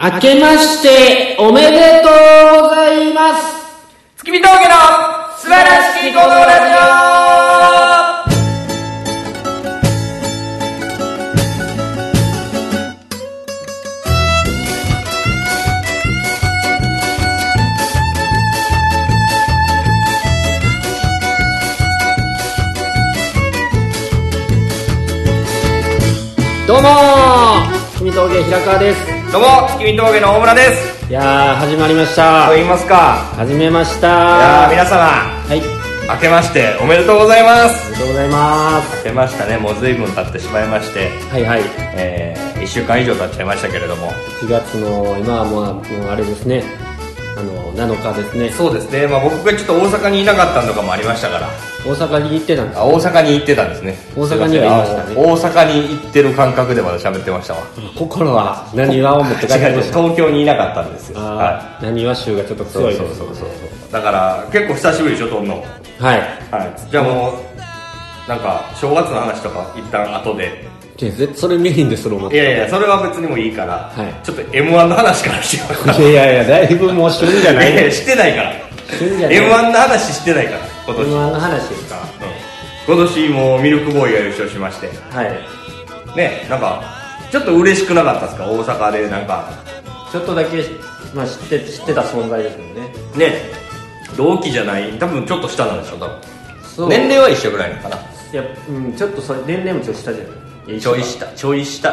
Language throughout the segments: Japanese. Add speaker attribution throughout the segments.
Speaker 1: 明けましておめでとうございます
Speaker 2: 月見峠の素晴らしきこのラジ
Speaker 1: どうも君峠平川です
Speaker 2: オどうも月見峠の大村です
Speaker 1: いやー始まりました
Speaker 2: と言いますか
Speaker 1: 始めまし
Speaker 2: いやー
Speaker 1: た
Speaker 2: 皆様
Speaker 1: はい
Speaker 2: 明けましておめでとうございま
Speaker 1: お
Speaker 2: す
Speaker 1: めでとうございま
Speaker 2: 明けましたねもう随分経ってしまいまして
Speaker 1: すはいはい
Speaker 2: えー、1週間以上経っちゃいましたけれども
Speaker 1: 1月の今はまあもうあれですねあの7日ですね
Speaker 2: そうですね、まあ、僕がちょっと大阪にいなかったのとかもありましたから
Speaker 1: 大阪に行ってたんです
Speaker 2: あ大阪に行ってたんですね
Speaker 1: 大阪にはいましたね
Speaker 2: すいませんあの大阪に行ってる感覚でまだ喋ってましたわ
Speaker 1: 心は何はを持って帰っ
Speaker 2: 違
Speaker 1: て
Speaker 2: う
Speaker 1: ま
Speaker 2: 違う
Speaker 1: した
Speaker 2: 東京にいなかったんですよはい
Speaker 1: あー何は州がちょっと
Speaker 2: そ
Speaker 1: 強
Speaker 2: う
Speaker 1: い
Speaker 2: そう
Speaker 1: です
Speaker 2: そうそうそうだから結構久しぶりでしょとんのはい
Speaker 1: はい
Speaker 2: じゃあもうなんか正月の話とか一旦後で
Speaker 1: でぜそれメインでする思っ
Speaker 2: い
Speaker 1: て
Speaker 2: やいやそれは別にもいいから、
Speaker 1: はい
Speaker 2: ちょっと m 1の話からしようか
Speaker 1: いやいやいやだいぶもう旬じゃないい
Speaker 2: やいや してないから
Speaker 1: 旬じゃない
Speaker 2: m 1の話してないから今年、
Speaker 1: M1 の話ですか
Speaker 2: うん今年もミルクボーイが優勝しまして
Speaker 1: はい
Speaker 2: ねなんかちょっと嬉しくなかったですか大阪でなんか
Speaker 1: ちょっとだけ、まあ、知って知ってた存在ですもんね
Speaker 2: ね同期じゃない多分ちょっと下なんでしょ多分
Speaker 1: そう
Speaker 2: 年齢は一緒ぐらいなのかない
Speaker 1: や、うん、ちょっとそれ年齢もちょっと下じゃない
Speaker 2: ちょい下ちょい下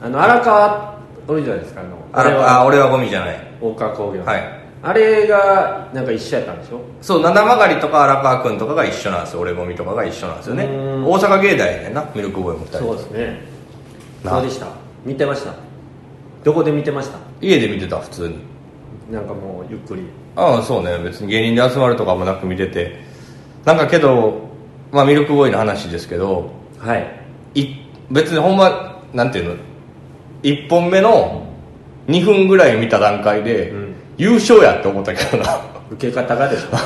Speaker 1: あの荒川おるじゃないですかあの
Speaker 2: あ
Speaker 1: れ
Speaker 2: らあ俺はゴミじゃない
Speaker 1: 大川工業
Speaker 2: はい
Speaker 1: あれがなんか一緒やったんでしょ
Speaker 2: そう七曲りとか荒川君とかが一緒なんですよ俺ゴミとかが一緒なんですよね
Speaker 1: うーん
Speaker 2: 大阪芸大でなミルクボーイも2
Speaker 1: そう
Speaker 2: 人
Speaker 1: ですね
Speaker 2: な
Speaker 1: どうでした見てましたどこで見てました
Speaker 2: 家で見てた普通に
Speaker 1: なんかもうゆっくり
Speaker 2: ああそうね別に芸人で集まるとかもなく見ててなんかけどまあミルクボーイの話ですけど
Speaker 1: はい
Speaker 2: い別にほんまなんていうの1本目の2分ぐらい見た段階で、
Speaker 1: うん
Speaker 2: 優勝やって思ったけどな
Speaker 1: 受け方がですか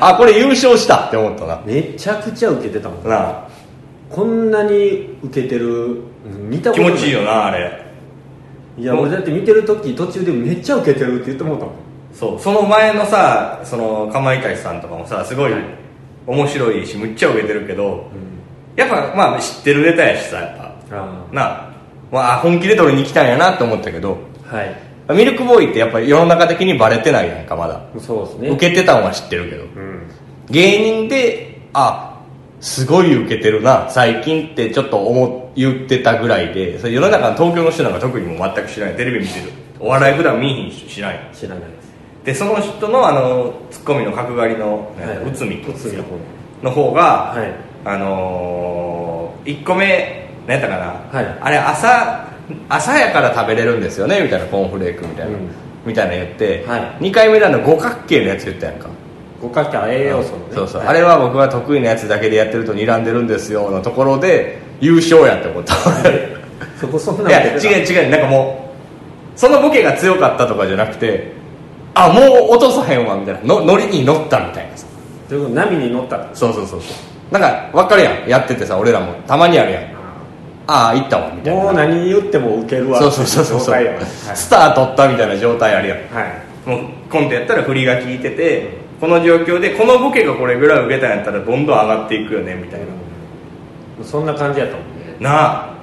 Speaker 2: あこれ優勝したって思ったな
Speaker 1: めちゃくちゃ受けてたもん
Speaker 2: なあ
Speaker 1: こんなに受けてるうん見たこと
Speaker 2: 気
Speaker 1: な
Speaker 2: 持
Speaker 1: い
Speaker 2: ちいいよなあれ
Speaker 1: いや俺だって見てる時途中でめっちゃウケてるって言ってもうたもん
Speaker 2: そうその前のさそのかまいたちさんとかもさすごい
Speaker 1: はい
Speaker 2: 面白いしむっちゃ受けてるけど、やっぱまあ知ってるネタやしさやっぱ
Speaker 1: あ
Speaker 2: なあ、まあ、あ本気で取りに来たんやなって思ったけど
Speaker 1: あはい
Speaker 2: ミルクボーイってやっぱ世の中的にバレてないやんかまだ
Speaker 1: そうですね
Speaker 2: 受けてたんは知ってるけど
Speaker 1: うん
Speaker 2: 芸人であすごい受けてるな最近ってちょっと思言ってたぐらいでそれ世の中の東京の人なんか特にもう全く知らないテレビ見てるお笑い普段見いひんし知らない
Speaker 1: 知らないです
Speaker 2: でその人のあのツッコミの角刈りのね
Speaker 1: はい
Speaker 2: 内海君です
Speaker 1: 内海
Speaker 2: よ
Speaker 1: 君
Speaker 2: の方が、
Speaker 1: はい
Speaker 2: あのー、1個目何やったかな、
Speaker 1: はい
Speaker 2: あれ朝朝やから食べれるんですよねみたいなコーンフレークみたいな、
Speaker 1: うん
Speaker 2: みたいな言って、
Speaker 1: はい
Speaker 2: 2回目であの五角形のやつ言ったやんか
Speaker 1: 五角形は栄養素のね
Speaker 2: そうそう、
Speaker 1: はい
Speaker 2: あれは僕は得意なやつだけでやってると睨んでるんですよのところで優勝やって思った
Speaker 1: そこそん
Speaker 2: い
Speaker 1: な
Speaker 2: や
Speaker 1: ん受けて
Speaker 2: 違う違うなんかもうそのボケが強かったとかじゃなくてあもう落とさへんわみたいなの乗りに乗ったみたいなさ
Speaker 1: たということで波に乗った
Speaker 2: そうそうそうそうなんか分かるやんやっててさ俺らもたまにあるやんああ行ったわみたい
Speaker 1: もう
Speaker 2: な
Speaker 1: 何言ってもウケるわ
Speaker 2: そうそうそうそう
Speaker 1: って状
Speaker 2: そう、
Speaker 1: 態やわ
Speaker 2: スター取ったみたいな状態あるやん
Speaker 1: はいはい
Speaker 2: もうコントやったら振りが効いててこの状況でこのボケがこれぐらい受けたんやったらどんどん上がっていくよねみたいな
Speaker 1: うんそんな感じやったもんね
Speaker 2: なあ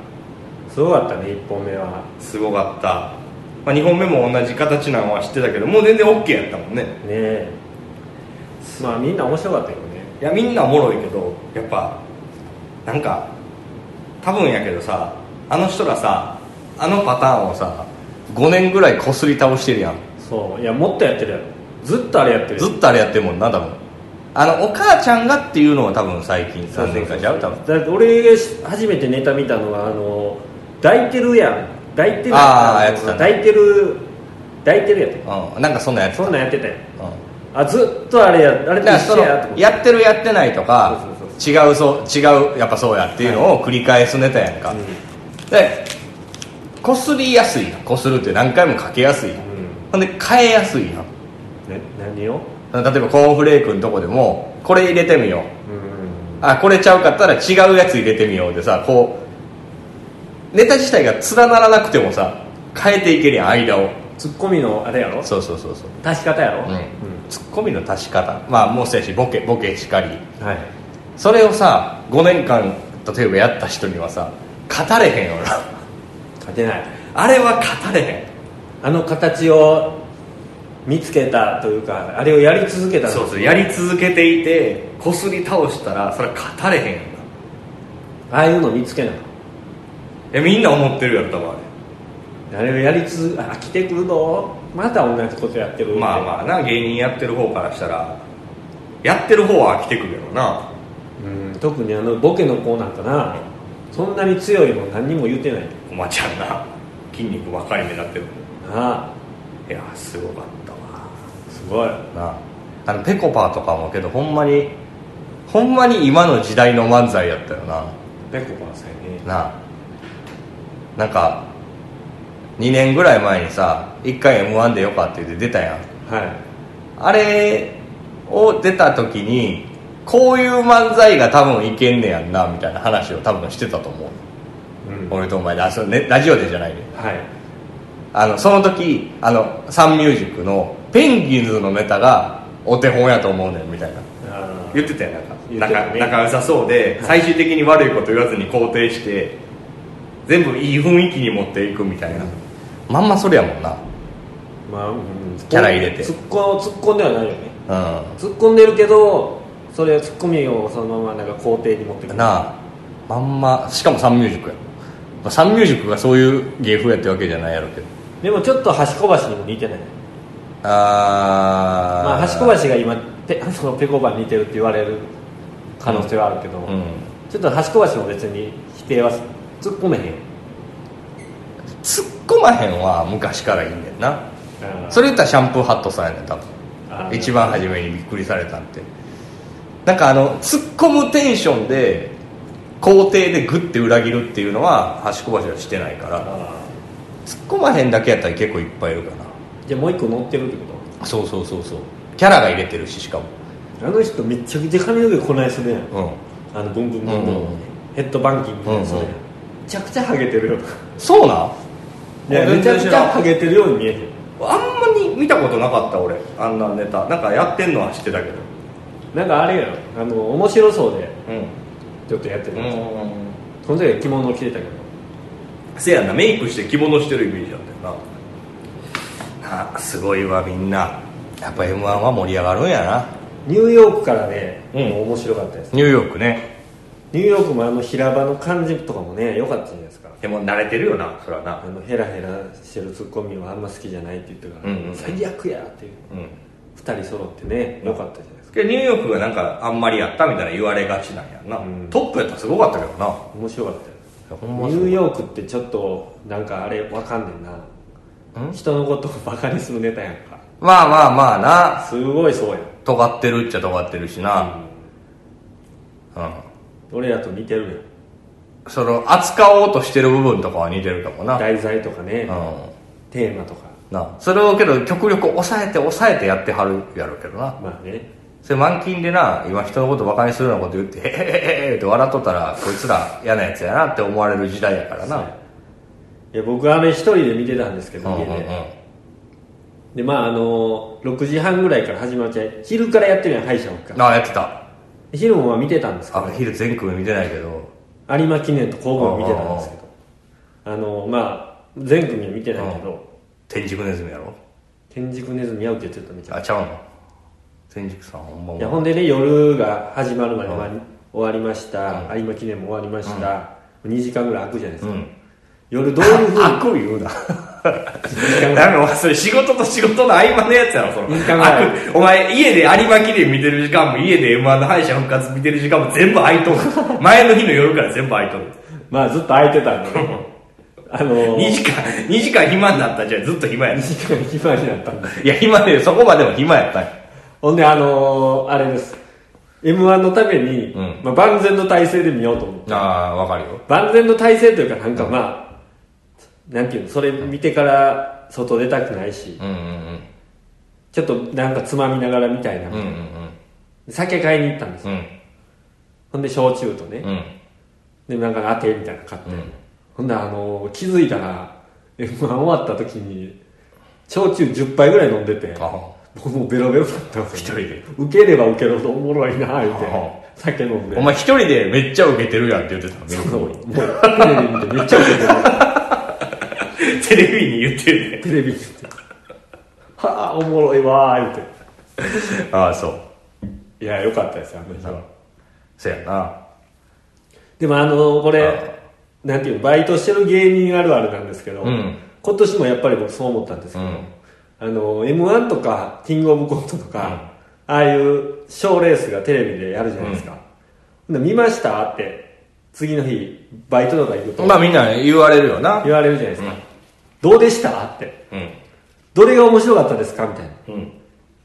Speaker 1: すごかったね一本目は
Speaker 2: すごかった、まあ、2本目も同じ形なのは知ってたけどもう全然 OK やったもんね
Speaker 1: ねえまあみんな面白かったよね
Speaker 2: いやみんなおもろいけどやっぱなんか多分やけどさあの人らさあのパターンをさ5年ぐらいこすり倒してるやん
Speaker 1: そういやもっとやってるやろずっとあれやってる
Speaker 2: ずっとあれやってるもんな多分あのお母ちゃんがっていうのは多分最近3年間ちゃう多分
Speaker 1: だって俺が初めてネタ見たのはあの抱いてるやん抱いてる
Speaker 2: あーやってたね
Speaker 1: 抱いてる抱いてるやって
Speaker 2: うんなんかそんなやつ
Speaker 1: そんなんやってたよ
Speaker 2: うん
Speaker 1: あずっとあれやあれ
Speaker 2: だ
Speaker 1: と
Speaker 2: からそ
Speaker 1: 一緒やと思
Speaker 2: の
Speaker 1: って
Speaker 2: やってるやってないとか
Speaker 1: そう
Speaker 2: 違うそう違うやっぱそうやっていうのを繰り返すネタやんか、
Speaker 1: うん
Speaker 2: でこすりやすいやんこするって何回もかけやすいやんほんで変えやすいやん
Speaker 1: うんね何を
Speaker 2: 例えばコーンフレークのとこでもこれ入れてみよう
Speaker 1: うん
Speaker 2: あこれちゃうかったら違うやつ入れてみようでさこうネタ自体が連ならなくてもさ変えていけるやん間を
Speaker 1: ツッコミのあれやろ
Speaker 2: そうそうそうそう、
Speaker 1: 足し方やろ
Speaker 2: うんツッコミの足し方まあもうそうやしボケボケしかり
Speaker 1: うんはい
Speaker 2: それをさ5年間例えばやった人にはさ語れへんよな
Speaker 1: 勝てない
Speaker 2: あれは語れへん
Speaker 1: あの形を見つけたというかあれをやり続けたの
Speaker 2: そうそうやり続けていてこすり倒したらそれは語れへんよな
Speaker 1: ああいうの見つけない
Speaker 2: えみんな思ってるやろ多分あ
Speaker 1: あれをやり続飽きてくるぞまた同じことやってる
Speaker 2: れまあまあな芸人やってる方からしたらやってる方は飽きてくるやろな
Speaker 1: うん特にあのボケの子なんかなそんなに強いの何にも言ってない
Speaker 2: おまちゃんな筋肉ばっかり目立ってる
Speaker 1: あ
Speaker 2: いやすごかったわ
Speaker 1: あすごい
Speaker 2: なあのぺこぱとかもけどほんまにほんまに今の時代の漫才やったよな
Speaker 1: ペコパさんやね
Speaker 2: なあなんか2年ぐらい前にさ1回 m 1でよかって言って出たやん
Speaker 1: はい
Speaker 2: あれを出た時にこういう漫才が多分いけんねやんなみたいな話を多分してたと思う
Speaker 1: うんはい
Speaker 2: 俺とお前であそうね、ラジオでじゃないであのその時あのサンミュージックのペンギンズのネタがお手本やと思うねんみたいな
Speaker 1: あー
Speaker 2: 言ってたよなんか
Speaker 1: 言ってたね
Speaker 2: 仲仲良さそうで最終的に悪いこと言わずに肯定して全部いい雰囲気に持っていくみたいな、まんまそれやもんな
Speaker 1: まあ、うん
Speaker 2: キャラ入れて
Speaker 1: 突っ込突っ込んではないよね
Speaker 2: う
Speaker 1: 突っ込んでるけどそれを突っ込みをそのままなんか肯定に持ってくる
Speaker 2: んなあまんましかもサンミュージックやまあサンミュージックがそういう芸風やってわけじゃないやろうけど
Speaker 1: でもちょっと端こばしにも似てない
Speaker 2: あー
Speaker 1: まあ端こばしが今ペ そのペコバに似てるって言われる可能性はあるけど、
Speaker 2: うん
Speaker 1: ちょっと端こばしも別に否定は突っ込めへんよ
Speaker 2: 突っ込まへんは昔からいいねんな
Speaker 1: あー
Speaker 2: それ言ったらシャンプーハットさんやねん多分
Speaker 1: あー
Speaker 2: 一番初めにびっくりされたんてなんかあの突っ込むテンションで肯定でグッて裏切るっていうのは端こばしはしてないから
Speaker 1: あ
Speaker 2: 突っ込まへんだけやったら結構いっぱいいるか
Speaker 1: ーじゃあもう一個乗ってるってこ
Speaker 2: なそうそうそうそうキャラが入れてるししかも
Speaker 1: とあの人めっちゃくちゃ髪の毛こないするやん
Speaker 2: うん
Speaker 1: あのブンブンブンブン、
Speaker 2: うんうん
Speaker 1: ヘッドバンキンみたいなそれ、
Speaker 2: うんうん
Speaker 1: めちゃくちゃハゲてるよ
Speaker 2: そうなん
Speaker 1: いやめちゃくちゃハゲてるように見えてる
Speaker 2: あんまり見たことなかった俺あんなネタなんかやってんのは知ってたけど
Speaker 1: なんかあれやろあの面白そうでちょっとやってる、
Speaker 2: うん
Speaker 1: その時は着物を着てたけど
Speaker 2: せやんなメイクして着物してるイメージだったよなあすごいわみんなやっぱ m 1は盛り上がるんやな
Speaker 1: ニューヨークからね、
Speaker 2: うん
Speaker 1: もう面白かったです
Speaker 2: ニューヨークね
Speaker 1: ニューヨークもあの平場の感じとかもね良かったじゃないですか
Speaker 2: でも慣れてるよなそれはな
Speaker 1: あのヘラヘラしてるツッコミはあんま好きじゃないって言ってたから、
Speaker 2: うんうん
Speaker 1: 最悪やっていう
Speaker 2: うん
Speaker 1: 2人揃ってね良かったじゃないですか
Speaker 2: けどニューヨークがなんかあんまりやったみたいな言われがちなんやな、
Speaker 1: うん
Speaker 2: トップやったらすごかったけどな
Speaker 1: 面白かったよ
Speaker 2: ほ
Speaker 1: ニューヨークってちょっとなんかあれわかんねんなん人のことをバカにするネタやんか
Speaker 2: まあまあまあな
Speaker 1: すごいそうやん
Speaker 2: 尖ってるっちゃ尖ってるしなうん、
Speaker 1: 俺らと似てる
Speaker 2: その扱おうとしてる部分とかは似てるかも
Speaker 1: やん
Speaker 2: な
Speaker 1: 題材とかね
Speaker 2: うん
Speaker 1: テーマとか
Speaker 2: なそれをけど極力抑えて抑えてやってはるやろうけどな
Speaker 1: まあね
Speaker 2: それ満勤でな今人のことバカにするようなこと言って「へへへへ」って笑っとったらこいつら嫌なやつやなって思われる時代やからない
Speaker 1: や僕はあれ一人で見てたんですけ
Speaker 2: う
Speaker 1: ど
Speaker 2: んうん
Speaker 1: 家
Speaker 2: うん
Speaker 1: ででまああの6時半ぐらいから始まっちゃう昼からやってるやん歯医者の日
Speaker 2: ああやってた
Speaker 1: 昼もまあ見てたんですけ
Speaker 2: あ
Speaker 1: ど
Speaker 2: の昼全組見てないけど
Speaker 1: 有馬記念と工房見てたんですけどあのまあ全組は見てないけど
Speaker 2: 天竺ネズミやろ
Speaker 1: 天竺ネズミ合うって言ってたみたい
Speaker 2: あちゃうの天竺さんほんま
Speaker 1: い
Speaker 2: も
Speaker 1: や
Speaker 2: う
Speaker 1: ほんでね夜が始まるまで終わり,、終わりました、有馬記念も終わりました、2時間ぐらい空くじゃないです
Speaker 2: う
Speaker 1: か、
Speaker 2: ん
Speaker 1: 夜どう いうふうに
Speaker 2: 悪言 うな
Speaker 1: 間
Speaker 2: なんかそれ仕事と仕事の合間のやつやろそ
Speaker 1: いい考え
Speaker 2: の悪お前家で有馬記念見てる時間も家で m 1の敗者復活見てる時間も全部空いとる 前の日の夜から全部空いとる
Speaker 1: まあずっと空いてたんでね あの
Speaker 2: 2時間2時間暇になったじゃんずっと暇や
Speaker 1: 2
Speaker 2: ね
Speaker 1: 時間暇になったんで
Speaker 2: いや暇でそこまでも暇やったんや
Speaker 1: ほんであのーあれです m 1のために、
Speaker 2: うん
Speaker 1: まあ、万全の体制で見ようと思って
Speaker 2: ああわかるよ
Speaker 1: 万全の体制というかなんかまあ、なんていうのそれ見てから外出たくないし、
Speaker 2: うんうん
Speaker 1: ちょっとなんかつまみながらみたいな、
Speaker 2: うんうん
Speaker 1: 酒買いに行ったんです
Speaker 2: うんう
Speaker 1: よ、
Speaker 2: ん
Speaker 1: ほんで焼酎とね、
Speaker 2: うん
Speaker 1: でなんか当てみたいなの買って、
Speaker 2: うん
Speaker 1: ほんであの気づいたら M1 終わった時に、焼酎10杯ぐらい飲んでて、
Speaker 2: あ
Speaker 1: 僕もうベロベロだったんです
Speaker 2: 一
Speaker 1: よ
Speaker 2: 人で
Speaker 1: 受ければ受けるほどおもろいなぁ、言
Speaker 2: あ
Speaker 1: うて。酒飲んで。
Speaker 2: お前一人でめっちゃウケてるやんって言ってたのベロ
Speaker 1: そう
Speaker 2: ボ
Speaker 1: もう、
Speaker 2: ー
Speaker 1: テレビ見てめっちゃ受けてる。
Speaker 2: イテレビに言ってるね
Speaker 1: テレビ見て。はあ、おもろいわー、言う
Speaker 2: ああそう
Speaker 1: て。いや、よかったですよ、あの日は。
Speaker 2: そやな
Speaker 1: でもあのこれなんていうのバイトしてる芸人あるあるなんですけど、
Speaker 2: うん
Speaker 1: 今年もやっぱり僕そう思ったんですけど、
Speaker 2: うん
Speaker 1: あの m 1とかキングオブコントとか、ああいう賞レースがテレビでやるじゃないですか、ほんで見ましたって次の日バイトとか行くと
Speaker 2: まあみんな言われるよな
Speaker 1: 言われるじゃないですか、どうでしたって
Speaker 2: うん
Speaker 1: どれが面白かったですかみたいない
Speaker 2: うん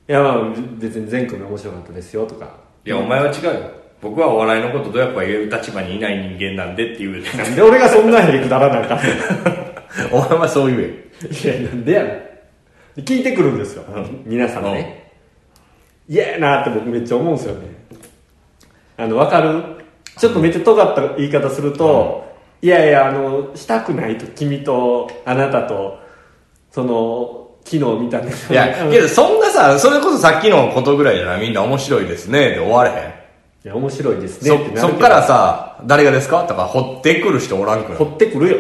Speaker 1: やまあ別に全組面白かったですよとか
Speaker 2: いやお前は違うよ僕はお笑いのことどうやっぱ言える立場にいない人間なんでっていう
Speaker 1: なんで俺がそんなにくだらなんかった
Speaker 2: お前はそう言え
Speaker 1: いや、なんでやねん。聞いてくるんですよ、
Speaker 2: うん
Speaker 1: 皆さんね。嫌、やなって僕めっちゃ思うんですよね。あの、わかるちょっとめっちゃ尖った言い方すると、いやいや、あの、したくないと、君と、あなたと、その、昨日見たんです
Speaker 2: いやけどそんなさそれこそさっきのことぐらいじゃないみんな面白いですねで終われへん
Speaker 1: いや面白いですねってなるけ
Speaker 2: そ
Speaker 1: ど
Speaker 2: そっからさ誰がですかとか掘ってくる人おらんくな
Speaker 1: 掘
Speaker 2: る、
Speaker 1: ってくるよ。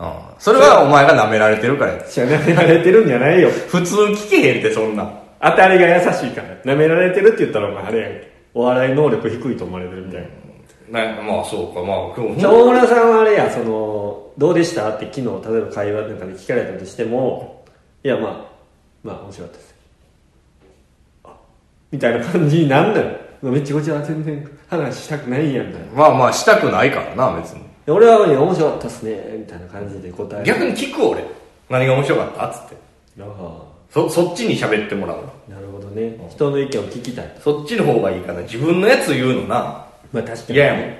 Speaker 2: うん、それはお前が舐められてるからや
Speaker 1: じゃ舐められてるんじゃないよ。
Speaker 2: 普通聞けへんってそんなん
Speaker 1: 当たりが優しいから。舐められてるって言ったらお前あれやんけ。お笑い能力低いと思われてるみたいな。
Speaker 2: なんかまあそうかまあ今
Speaker 1: じゃあ大村さんはあれやそのどうでしたって昨日例えば会話の中で聞かれたとしてもいやまあまあ面白かったですあみたいな感じになんだよ めっちゃこちら全然話したくないんやみたいな
Speaker 2: まあまあしたくないからな別に
Speaker 1: で俺は「いや面白かったっすね」みたいな感じで答え
Speaker 2: 逆に聞く俺何が面白かったっつって
Speaker 1: ああ
Speaker 2: そそっちに喋ってもらうの
Speaker 1: なるほどね人の意見を聞きたい
Speaker 2: そっちの方がいいかな自分のやつ言うのな
Speaker 1: まあ確かに
Speaker 2: 嫌やもん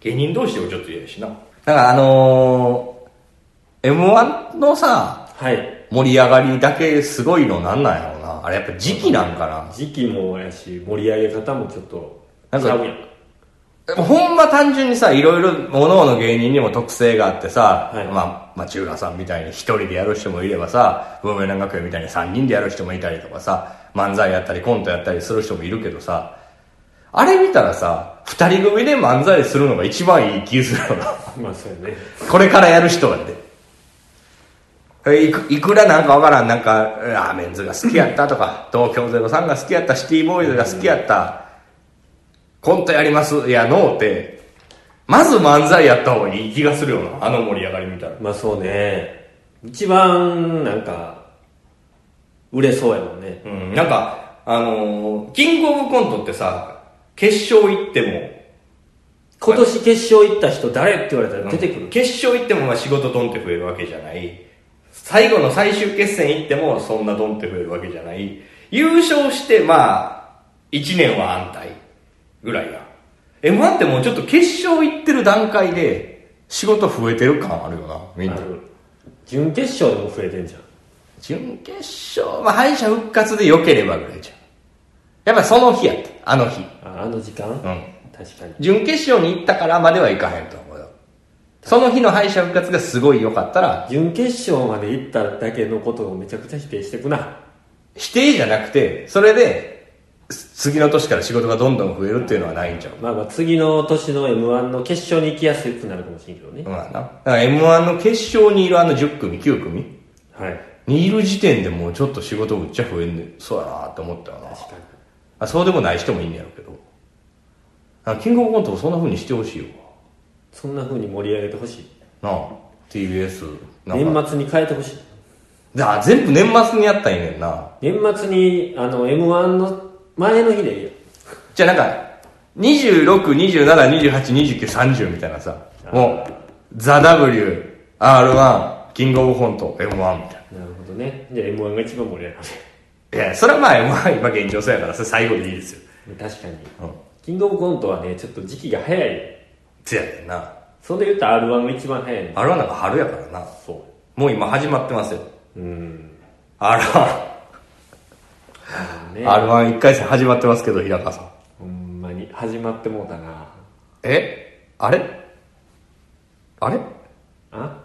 Speaker 2: 芸人同士でもちょっと嫌やしなだからあのー、m 1のさ
Speaker 1: はい
Speaker 2: 盛り上がりだけすごいのなんなんやろうなあれやっぱ時期なんかな
Speaker 1: 時期もやし盛り上げ方もちょっと
Speaker 2: なんか
Speaker 1: ちゃうやん
Speaker 2: でもほんま単純にさ、いろいろ、各々芸人にも特性があってさ、
Speaker 1: はい
Speaker 2: まあ、まあ、中華さんみたいに一人でやる人もいればさ、文明南学園みたいに三人でやる人もいたりとかさ、漫才やったりコントやったりする人もいるけどさ、あれ見たらさ、二人組で漫才するのが一番いい気するよな。
Speaker 1: まあそうやね
Speaker 2: これからやる人はねえいくいくらなんかわからんなんかラーメンズが好きやったとか東京03が好きやったシティボーイズが好きやったコントやりますいやノーってまず漫才やった方がいい気がするよなあの盛り上がり見たら
Speaker 1: まあそうね一番なんか売れそうやもんね
Speaker 2: うんなんかあのーキングオブコントってさ決勝行っても
Speaker 1: 今年決勝行った人誰って言われたら出てくる、
Speaker 2: 決勝行ってもまあ仕事ドンって増えるわけじゃない最後の最終決戦行ってもそんなドンって増えるわけじゃない優勝してまあ1年は安泰ぐらいや m 1ってもうちょっと決勝行ってる段階で仕事増えてる感あるよなみんな
Speaker 1: あの準決勝でも増えてんじゃん
Speaker 2: 準決勝まあ敗者復活で良ければぐらいじゃんやっぱその日やったあの日
Speaker 1: ああの時間、
Speaker 2: ん
Speaker 1: 確かに
Speaker 2: 準決勝に行ったからまではいかへんと思うよその日の敗者復活がすごい良かったら
Speaker 1: 準決勝まで行っただけのことをめちゃくちゃ否定してくな
Speaker 2: 否定じゃなくてそれです次の年から仕事がどんどん増えるっていうのはないんちゃう
Speaker 1: まあまあ次の年の m 1の決勝に行きやすくなるかもしれんけどね、
Speaker 2: まあなだから m 1の決勝にいるあの10組9組
Speaker 1: はい
Speaker 2: にいる時点でもうちょっと仕事むっちゃ増えんねんそうやなって思ったよな
Speaker 1: 確かに
Speaker 2: あそうでもない人もいんねやろうけどあキングオブコントをそんな風にしてほしいよ
Speaker 1: そんな風に盛り上げてほしい
Speaker 2: なあ TBS なんか
Speaker 1: 年末に変えてほしい
Speaker 2: だ全部年末にやったんやねんな
Speaker 1: 年末にあの m 1の前の日でいいよ
Speaker 2: じゃあなんか2627282930みたいなさもう「ザ・ w r 1キングオブコント m 1みたい
Speaker 1: なるほどねじゃあ m 1が一番盛り上が
Speaker 2: ないやそれはまあ m 1今現状そうやからそれ最後でいいですよ
Speaker 1: る確かに
Speaker 2: うん
Speaker 1: キングオブコントはねちょっと時期が早い
Speaker 2: せやねんな
Speaker 1: それで言ったら r 1が一番早いの
Speaker 2: r 1なんか春やからな
Speaker 1: そ
Speaker 2: もう今始まってますよ
Speaker 1: ううん
Speaker 2: r 1
Speaker 1: あのね
Speaker 2: r 1 1回戦始まってますけど平川さん
Speaker 1: ほんまに始まってもうたな
Speaker 2: えあれあれ
Speaker 1: あ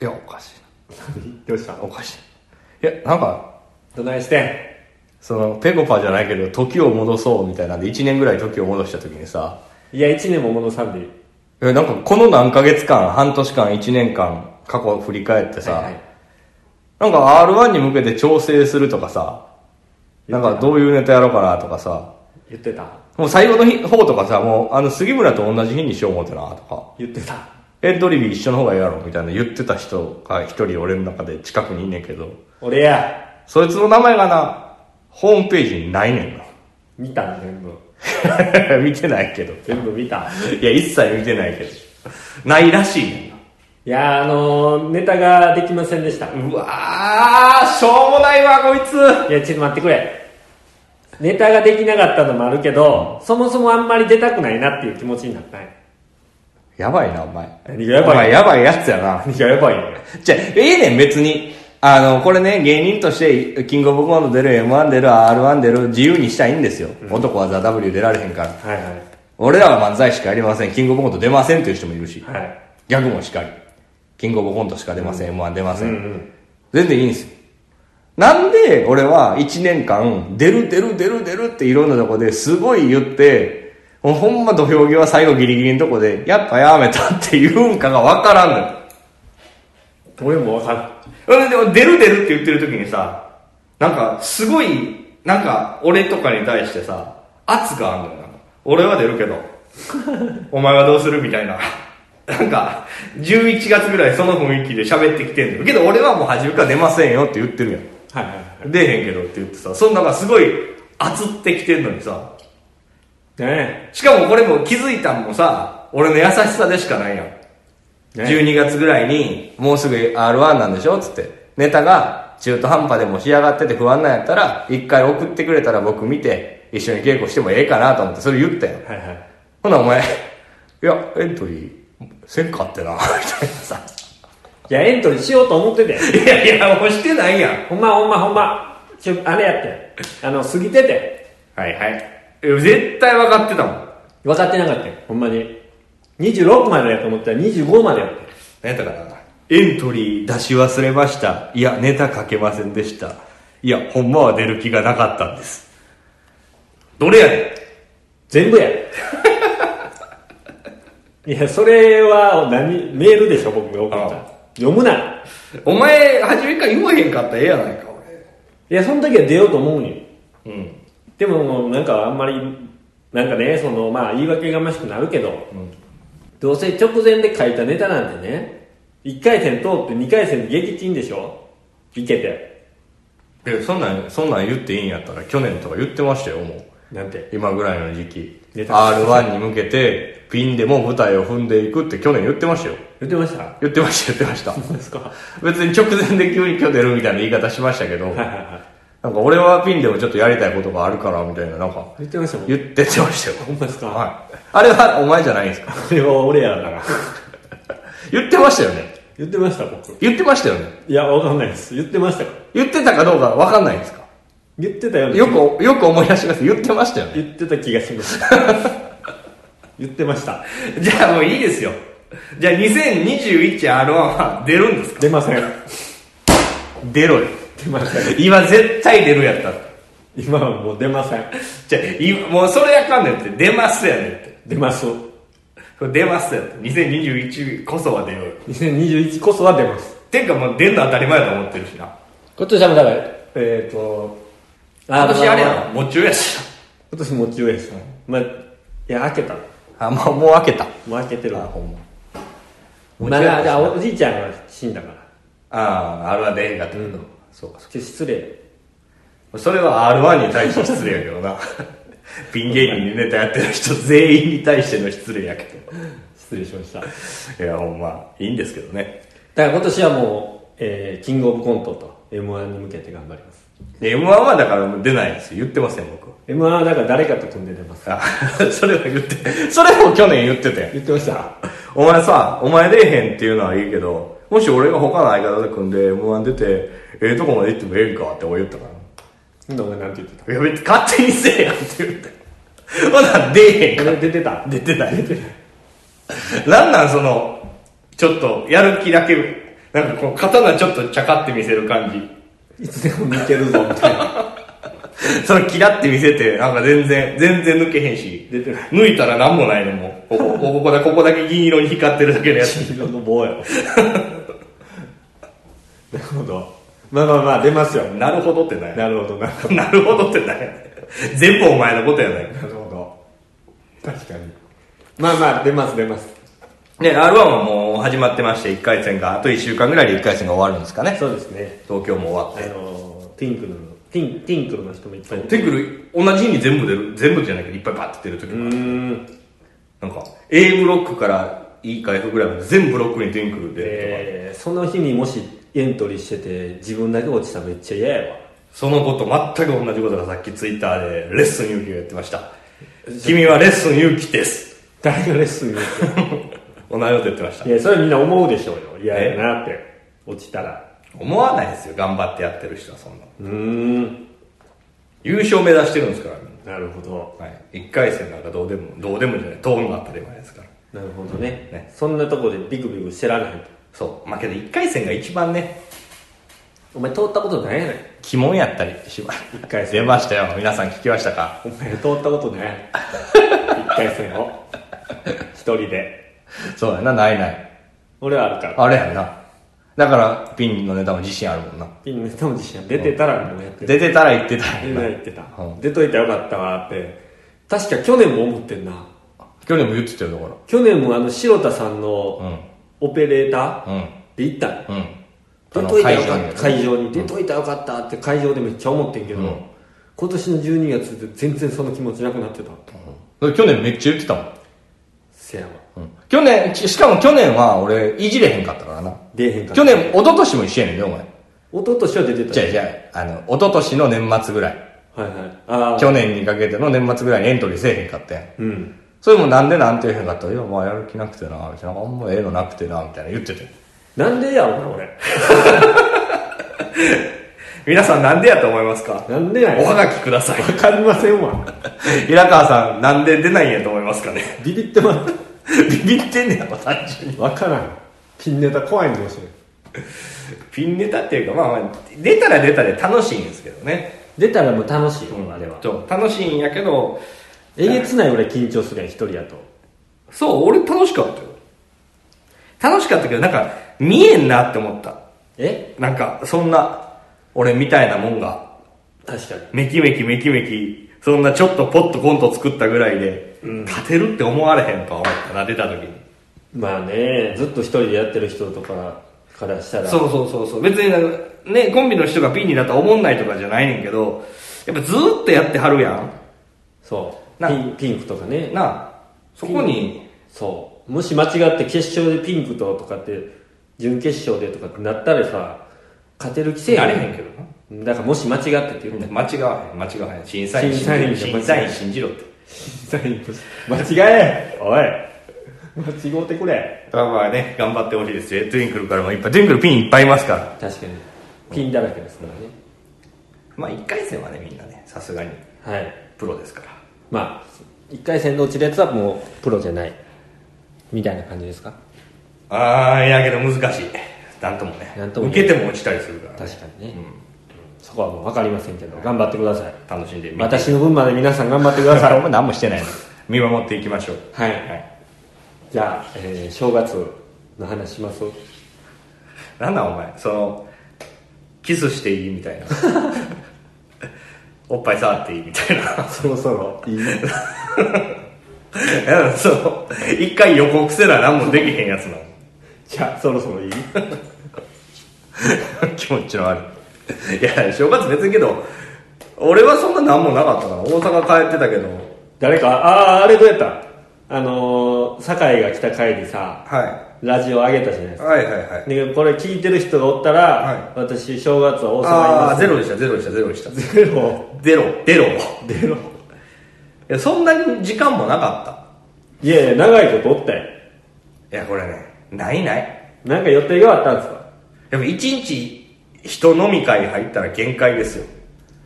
Speaker 2: いやおかしい
Speaker 1: どうした
Speaker 2: なおかしいいやなんか
Speaker 1: どないしてん
Speaker 2: そのペコパじゃないけど時を戻そうみたいなんで1年ぐらい時を戻した時にさ
Speaker 1: いや1年も戻さんでいい
Speaker 2: いやなんかこの何ヶ月間半年間1年間過去を振り返ってさ、
Speaker 1: はいはい
Speaker 2: なんか R1 に向けて調整するとかさなんかどういうネタやろうかなとかさ
Speaker 1: 言ってた
Speaker 2: もう最後の日方とかさもうあの杉村と同じ日にしよう思ってなとか
Speaker 1: 言ってた
Speaker 2: エントリー日一緒の方がいいやろみたいな言ってた人が一人俺の中で近くにいんねんけど
Speaker 1: 俺や
Speaker 2: そいつの名前がなホームページにないねんな
Speaker 1: 見た全部
Speaker 2: 見てないけど
Speaker 1: 全部見た
Speaker 2: いや、一切見てないけど。ないらしいね
Speaker 1: いやーあのー、ネタができませんでしたい
Speaker 2: んなうわー、しょうもないわ、こいつ。
Speaker 1: やちょっと待ってくれネタができなかったのもあるけどそもそもあんまり出たくないなっていう気持ちになったんや
Speaker 2: やばいな、お前。
Speaker 1: 何がやばい
Speaker 2: お前やばいやつやな。
Speaker 1: いややばいよ
Speaker 2: じゃあ、ええねん、別に。あの、これね、芸人として、キングオブコント出る、M1 出る、R1 出る、自由にしたいんですよ。男はザ・ W 出られへんから。
Speaker 1: はいはい
Speaker 2: 俺らは漫才しかやりません、キングオブコント出ませんという人もいるし、
Speaker 1: はい
Speaker 2: ギャグもしかり。キングオブコントしか出ません、M1 出ませ。
Speaker 1: うんん
Speaker 2: 全然いいんですよなんで俺は1年間出る出る出る出るっていろんなとこですごい言ってもうほんま土俵際最後ギリギリのとこでやっぱやめたって言うんかがわからんのよ
Speaker 1: うん俺もわか
Speaker 2: 俺でも出る出るって言ってる時にさなんかすごいなんか俺とかに対してさ圧があるのよなんか俺は出るけど お前はどうするみたいな なんか11月ぐらいその雰囲気で喋ってきてんのよけど俺はもう初めから出ませんよって言ってるやん
Speaker 1: るはいはい
Speaker 2: 出えへんけどって言ってさ、そんなんかすごい、熱ってきてんのにさ、
Speaker 1: ね
Speaker 2: しかもこれも気づいたんもさ、俺の優しさでしかないやん。
Speaker 1: えね
Speaker 2: 12月ぐらいに、もうすぐ R1 なんでしょつって、ネタが中途半端でも仕上がってて不安なんやったら、一回送ってくれたら僕見て、一緒に稽古してもええかなと思って、それ言ったよ。
Speaker 1: えはいはい
Speaker 2: ほなお前、いや、エントリーせんかってな、みたいなさ。
Speaker 1: いやエントリーしようと思ってて
Speaker 2: いやいや、もうしてないやん。
Speaker 1: ほんまほんまほんまちょあれやってあの過ぎてて
Speaker 2: はいはい。いや絶対分かってたもん。
Speaker 1: 分かってなかったよほんまに26までやと思ったら25までやって
Speaker 2: 何やったかなエントリー出し忘れましたいやネタ書けませんでしたいやほんまは出る気がなかったんですどれやね
Speaker 1: 全 部やいやそれは何メールでしょ僕が送った
Speaker 2: ああ
Speaker 1: 読むなん
Speaker 2: お前初めから言わへんかったらええやないか
Speaker 1: いやその時は出ようと思うに
Speaker 2: 俺うん
Speaker 1: でもなんかあんまりなんかねそのまあ言い訳がましくなるけど、どうせ直前で書いたネタなんてね1回戦通って2回戦で撃沈でしょいけて
Speaker 2: でそんなんそんなん言っていいんやったら去年とか言ってましたよもう
Speaker 1: なんて
Speaker 2: 今ぐらいの時期
Speaker 1: ネタ
Speaker 2: R1 に向けてピンでも舞台を踏んでいくって去年言ってましたよ
Speaker 1: 言ってました
Speaker 2: 言ってました言ってました
Speaker 1: そうですかは
Speaker 2: 別に直前で急に今日出るみたいな言い方しましたけど
Speaker 1: いはいはい
Speaker 2: なんか俺はピンでもちょっとやりたいことがあるからみたいななんか
Speaker 1: 言ってましたもん
Speaker 2: 言ってましたよ。
Speaker 1: ほんまですか、
Speaker 2: はい。あれはお前じゃないんですか
Speaker 1: これは俺やから
Speaker 2: 言ってましたよね。
Speaker 1: 言ってました僕
Speaker 2: 言ってましたよね。
Speaker 1: いやわかんないです言ってましたか
Speaker 2: 言ってたかどうかわかんないんですか
Speaker 1: 言ってたよね
Speaker 2: よく、よく思い出してください。言ってましたよね。
Speaker 1: 言ってた気がします言ってました
Speaker 2: じゃあもういいですよ。じゃあ 2021R1 は出るんですか
Speaker 1: 出ません
Speaker 2: 出ろよ。
Speaker 1: 出ません
Speaker 2: 今絶対出るやったら。
Speaker 1: 今はもう出ません
Speaker 2: じゃあ今、もうそれやかんねんって。出ますやねんって。
Speaker 1: 出ます
Speaker 2: これ出ますやって。2021こそは出ようよ。
Speaker 1: 2021こそは出ます
Speaker 2: てかもう出るの当たり前だと思ってるしな。
Speaker 1: 今年はもうだからえっ、ー、と
Speaker 2: 今年あれや
Speaker 1: まま
Speaker 2: ろ。もう中やし
Speaker 1: 今年もう中ですまあいや開けたも
Speaker 2: な。あ、まあもう開けた。
Speaker 1: う開けてる
Speaker 2: あ、
Speaker 1: わ
Speaker 2: ほんま。
Speaker 1: まあ
Speaker 2: もう
Speaker 1: なじ
Speaker 2: 中や
Speaker 1: ゃ
Speaker 2: し
Speaker 1: あおじいちゃんが死んだから
Speaker 2: ああ、R1 出へんかったけど。そうか、
Speaker 1: ちょ
Speaker 2: そ
Speaker 1: っと失礼
Speaker 2: うか。それは R1 に対して失礼やけど な。ピン芸人でネタやってる人全員に対しての失礼やけ
Speaker 1: 失礼しましただか
Speaker 2: ど。いや、ほんま、いいんですけどね。
Speaker 1: ら今年はもう、えーキングオブコントと m 1に向けて頑張ります
Speaker 2: で M1 はだからもう出ないんですよ。言ってません、僕は。
Speaker 1: m 1はだから誰かと組んで出ます
Speaker 2: あ、 それは言って、それも去年言ってたやん
Speaker 1: 言ってました
Speaker 2: お前さ、お前出えへんっていうのはいいけど、もし俺が他の相方と組んで M1 出て、ええとこまで行ってもええんかって俺言ったから。
Speaker 1: どうなんて言ってた
Speaker 2: いや別に勝手にせえやんって言って。ほな、出えへんから
Speaker 1: これ出てた
Speaker 2: 出てない出てないなんなんそのちょっとやる気だけなんかこう刀ちょっとちゃかって見せる感じ
Speaker 1: いつでも抜けるぞみたいな
Speaker 2: そのキラって見せてなんか全然全然抜けへんし
Speaker 1: 出てない
Speaker 2: 抜いたら何もないのもうここここだここだけ銀色に光ってるだけのやつ
Speaker 1: 黄色の棒やろ なるほどまあまあまあ出ますよ
Speaker 2: なるほどってない
Speaker 1: なるほどなるほ
Speaker 2: なるほどってない全部お前のことやないか
Speaker 1: どなるほど確かにまあまあ出ます出ます
Speaker 2: ね R1 はもう始まってまして1回戦があと1週間ぐらいで1回戦が終わるんですかね
Speaker 1: そうですね
Speaker 2: 東京も終わ
Speaker 1: あ
Speaker 2: って
Speaker 1: のティンクルのティンティンクルの人もいっぱいいる
Speaker 2: テクル同じ日に全部出る全部じゃないけどいっぱいパッて出る時
Speaker 1: う
Speaker 2: も
Speaker 1: ーん
Speaker 2: なんか A ブロックから E か F ぐらいまで全ブロックにテンクルで、
Speaker 1: えーその日にもしエントリーしてて自分だけ落ちたらめっちゃ嫌やわ
Speaker 2: そのこと全く同じことがさっきツイッターでレッスン勇気をやってました君はレッスン勇気です
Speaker 1: 誰がレッスンに行っ
Speaker 2: 同じこと言ってました
Speaker 1: ていやそれみんな思うでしょうよ嫌やなって落ちたら
Speaker 2: 思わないですよ頑張ってやってる人はそんな
Speaker 1: うーん
Speaker 2: 優勝目指してるんですからみんな
Speaker 1: なるほど
Speaker 2: はい、1回戦なんかどうでもどうでもじゃない通るの当たり前ですから
Speaker 1: なるほどね
Speaker 2: ね
Speaker 1: そんなとこでビクビクしてられへんと
Speaker 2: そうまあけど1回戦が一番ね
Speaker 1: お前通ったことないやない
Speaker 2: 鬼門やったりしま
Speaker 1: 一回戦
Speaker 2: 出ましたよ皆さん聞きましたか
Speaker 1: お前通ったことないやろ一回戦を一人で
Speaker 2: そうやなないない
Speaker 1: 俺はあるから
Speaker 2: あれやんなだからピンのネタも自信あるもんな
Speaker 1: ピンの人も自信ある出てたらもうやってる
Speaker 2: 出てたら言ってたら
Speaker 1: 出ないってた、
Speaker 2: うん
Speaker 1: 出といたらよかったわって確か去年も思ってんな
Speaker 2: 去年も言ってたよだか
Speaker 1: 去年もあの白田さん
Speaker 2: らう
Speaker 1: の
Speaker 2: ん
Speaker 1: オペレーター
Speaker 2: うん
Speaker 1: で行ったの
Speaker 2: うん
Speaker 1: 出といたらよかった会場に出といたらよかったって会場でめっちゃ思ってんけど、
Speaker 2: うん
Speaker 1: 今年の12月で全然その気持ちなくなってた、
Speaker 2: うん去年めっちゃ言ってたもん、
Speaker 1: せやわ
Speaker 2: うん、去年ししかも去年は俺いじれへんかったからな
Speaker 1: 出えへんかった
Speaker 2: 去年一昨年も一緒やねんねお前
Speaker 1: 一昨年は出てた
Speaker 2: じゃあじゃああの一昨年の年末ぐらい
Speaker 1: はいはいああ
Speaker 2: 去年にかけての年末ぐらいにエントリーせえへんかったやん
Speaker 1: うん
Speaker 2: それもなんでなんて言えへんかったらいやまあやる気なくてなみたいなあんまええのなくてなみたいな言ってて
Speaker 1: なんでやろな俺
Speaker 2: 皆さんなんでやと思います か
Speaker 1: なんでやろ
Speaker 2: がきください
Speaker 1: わかりませんわ
Speaker 2: 平川さんなんで出ないんやと思いますかね
Speaker 1: ビビってま
Speaker 2: ビビってんねやろ単純に
Speaker 1: すわからんピンネタ怖いんかもしれん
Speaker 2: ピンネタっていうかまあ、まあ、出たら出たで楽しいんですけどね
Speaker 1: 出たらもう楽しいよ、あれは
Speaker 2: そう楽しいんやけど
Speaker 1: えげつない俺緊張するやん一人やと
Speaker 2: そう俺楽しかったよ楽しかったけどなんか見えんなって思った
Speaker 1: え
Speaker 2: なんかそんな俺みたいなもんが
Speaker 1: 確かに
Speaker 2: メキメキメキメキ、そんなちょっとポッとコント作ったぐらいで、勝てるって思われへんとは思ったな、出た時に。
Speaker 1: まあねずっと一人でやってる人とかからしたら
Speaker 2: そうそうそうそう。別になんかね、コンビの人がピンになったら思んないとかじゃないねんけど、やっぱずーっとやってはるやん。
Speaker 1: そう
Speaker 2: な
Speaker 1: ピンピンクとかね
Speaker 2: なあ、そこに、
Speaker 1: そうもし間違って決勝でピンクととかって準決勝でとかってなったらさ勝てる気せえ
Speaker 2: なれへんけど
Speaker 1: んだからもし間違ってって言う
Speaker 2: な。
Speaker 1: た
Speaker 2: 間違わへん、間違わへん。審査員
Speaker 1: 審査員
Speaker 2: 審査員信じろって。
Speaker 1: ら間違え おい間違うてくれ
Speaker 2: まあまあね、頑張ってほしいですよ。トゥインクルからもいっぱい、トゥインクルピンいっぱいいますから。
Speaker 1: 確かにピンだらけですからね
Speaker 2: まあ一回戦はね、みんなね、さすがに
Speaker 1: はい
Speaker 2: プロですから。
Speaker 1: まあ1回戦で落ちるやつはもうプロじゃないみたいな感じですか
Speaker 2: ああいやけど難しいなんともね
Speaker 1: なんともね
Speaker 2: 受けても落ちたりするから、
Speaker 1: 確かにね、そこはもう分かりませんけど頑張ってください
Speaker 2: 楽しんでみ
Speaker 1: 私の分まで皆さん頑張ってくださ い
Speaker 2: も何もしてないの見守っていきましょう
Speaker 1: はい、
Speaker 2: はい
Speaker 1: じゃあ、えー正月の話します
Speaker 2: なんなんお前そのキスしていいみたいな おっぱい触っていいみたいな
Speaker 1: そろそろいい
Speaker 2: なんか その一回予告せな何もできへんやつな
Speaker 1: じゃあそろそろいい
Speaker 2: の 気持ちの悪いいや正月別にけど俺はそんな何もなかったから大阪帰ってたけど
Speaker 1: 誰かああーあれどうやったあのー酒井が来た回にさ
Speaker 2: は
Speaker 1: ラジオ上げたじゃないで
Speaker 2: い
Speaker 1: すか
Speaker 2: はいはいはい
Speaker 1: でこれ聞いてる人がおったら、
Speaker 2: は
Speaker 1: 私正月は大
Speaker 2: ああ
Speaker 1: 阪
Speaker 2: ゼロでしたゼロでしたゼロでした
Speaker 1: にいますゼロ
Speaker 2: ゼロゼロ
Speaker 1: ゼ ロ
Speaker 2: いやそんなに時間もなかっ
Speaker 1: いやいや長いことおったよ
Speaker 2: たいやこれねないない
Speaker 1: なんか予定があったんですか
Speaker 2: やっぱ一日人飲み会入ったら限界ですよ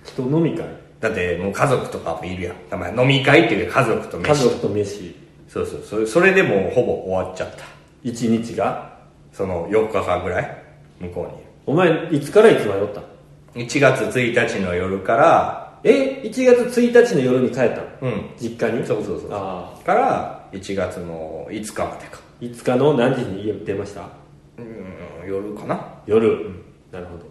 Speaker 1: 人飲み会
Speaker 2: だってもう家族とかもいるやんだから飲み会っていうか家族と
Speaker 1: 家
Speaker 2: 飯
Speaker 1: 族と飯
Speaker 2: そうそうそれそれでもうほぼ終わっちゃった
Speaker 1: 一日が
Speaker 2: その4日間ぐらい向こうにいる
Speaker 1: お前いつからいつ迷ったん
Speaker 2: 1月1日の夜から
Speaker 1: え1月1日の夜に帰ったの
Speaker 2: うん
Speaker 1: 実家に
Speaker 2: そうそうそう
Speaker 1: あ
Speaker 2: から1月の5日までか
Speaker 1: あ5日の何時に家を出ました
Speaker 2: うん夜かなだか
Speaker 1: 夜、なるほど